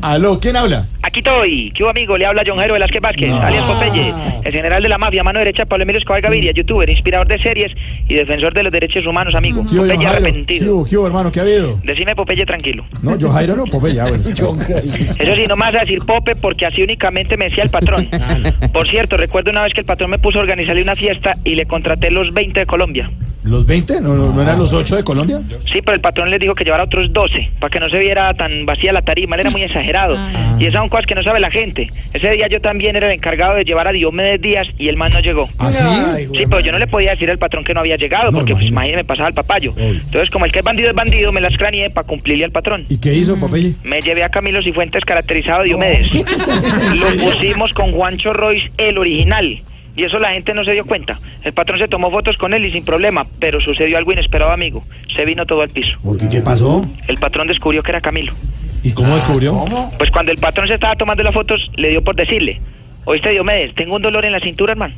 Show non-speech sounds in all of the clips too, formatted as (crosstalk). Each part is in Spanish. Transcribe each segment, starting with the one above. Aló, ¿quién habla? Aquí estoy. ¿Qué hubo, amigo? Le habla John Jero Velázquez Vázquez, No. alias Popeye, el general de la mafia, mano derecha, Pablo Emilio Escobar Gaviria, youtuber, inspirador de series y defensor de los derechos humanos, amigo. ¿Qué hubo, Popeye John Jairo? ¿Qué arrepentido. hubo, qué hubo, hermano? ¿Qué ha habido? Decime Popeye tranquilo. No, yo Jairo no, Pope ya, (laughs) bueno. Eso sí, no me vas a decir Pope porque así únicamente me decía el patrón. Por cierto, recuerdo una vez que el patrón me puso a organizarle una fiesta y le contraté los 20 de Colombia. ¿Los 20? ¿No, no, no eran los 8 de Colombia? Sí, pero el patrón les dijo que llevara otros 12 para que no se viera tan vacía la tarima. Él era muy exagerado. Y esas son cosas que no sabe la gente. Ese día yo también era el encargado de llevar a Diomedes Díaz y el man no llegó. ¿Así? Sí, pues. pero yo no le podía decir al patrón que no había llegado, No, porque pues imagínate. imagínese, me pasaba el papayo. Obvio. Entonces, como el que es bandido es bandido, me las craneé para cumplirle al patrón. ¿Y qué hizo, Popeye? Me llevé a Camilo Cifuentes caracterizado de Diomedes. (laughs) Lo pusimos con Juancho Royce, el original. Y eso la gente no se dio cuenta. El patrón se tomó fotos con él y sin problema, pero sucedió algo inesperado, amigo. Se vino todo al piso. ¿Y qué pasó? El patrón descubrió que era Camilo. ¿Y Ah, cómo descubrió? Pues cuando el patrón se estaba tomando las fotos, le dio por decirle, oíste Diomedes, tengo un dolor en la cintura, hermano.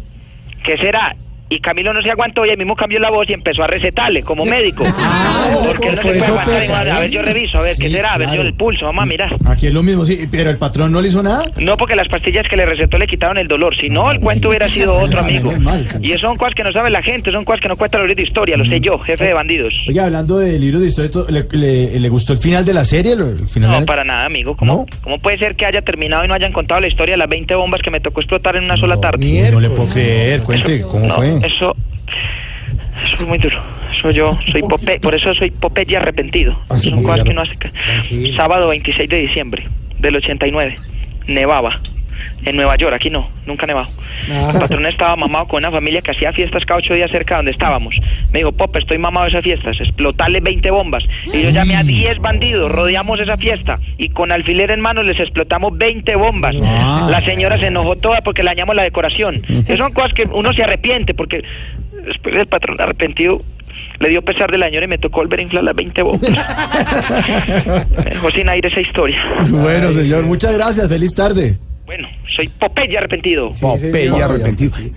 ¿Qué será? Y Camilo no se aguantó y ahí mismo cambió la voz y empezó a recetarle como médico. Ah, Porque él no por se puede eso aguantar. y, peca, "Bueno, a ver, ¿eh? yo reviso, a ver, ¿qué Sí, será? A ver, yo claro. Mm. el pulso, mamá, mira. Aquí es lo mismo, sí, pero el patrón no le hizo nada. No porque las pastillas que le recetó le quitaron el dolor, si no el cuento hubiera sido otro Vale, amigo. menos mal, sí. Y eso son cosas que no sabe la gente, son cosas que no cuesta los libros de historia, lo sé yo, jefe de bandidos. Oiga, hablando de libros de historia, ¿le, le, le gustó el final de la serie? ¿Lo- El final No, era- para nada, amigo. ¿Cómo, ¿No? ¿Cómo puede ser que haya terminado y no hayan contado la historia de las 20 bombas que me tocó explotar en una sola tarde? Uy, no le puedo creer, cuente, ¿cómo No, (laughs) fue? Eso, eso es muy duro. Soy yo, soy Pope, por eso soy Popeye arrepentido. Ah, sí, Son cosas ya que no. uno hace. ca- Sábado 26 de diciembre del 89, nevaba. En Nueva York, aquí no, nunca nevado. Ah. El patrón estaba mamado con una familia que hacía fiestas cada ocho días cerca de donde estábamos. Me dijo, Pope, estoy mamado de esas fiestas, explotarle 20 bombas. Y yo llamé a Mm. 10 bandidos, rodeamos esa fiesta y con alfiler en mano les explotamos 20 bombas. Ah. La señora se enojó toda porque le dañamos la decoración. Esas son cosas que uno se arrepiente porque después del patrón arrepentido le dio pesar de la señora y me tocó volver a inflar las 20 bombas. (laughs) Me dejó sin aire esa historia. Bueno, señor, muchas gracias, feliz tarde. Bueno, soy Popeye arrepentido. Popeye arrepentido.